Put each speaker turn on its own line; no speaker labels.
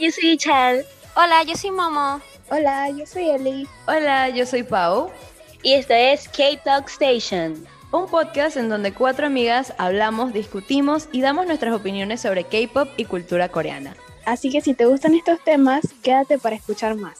yo soy Chal.
Hola, yo soy Momo.
Hola, yo soy Eli.
Hola, yo soy Pau.
Y esto es K-Talk Station.
Un podcast en donde cuatro amigas hablamos, discutimos y damos nuestras opiniones sobre K-pop y cultura coreana.
Así que si te gustan estos temas, quédate para escuchar más.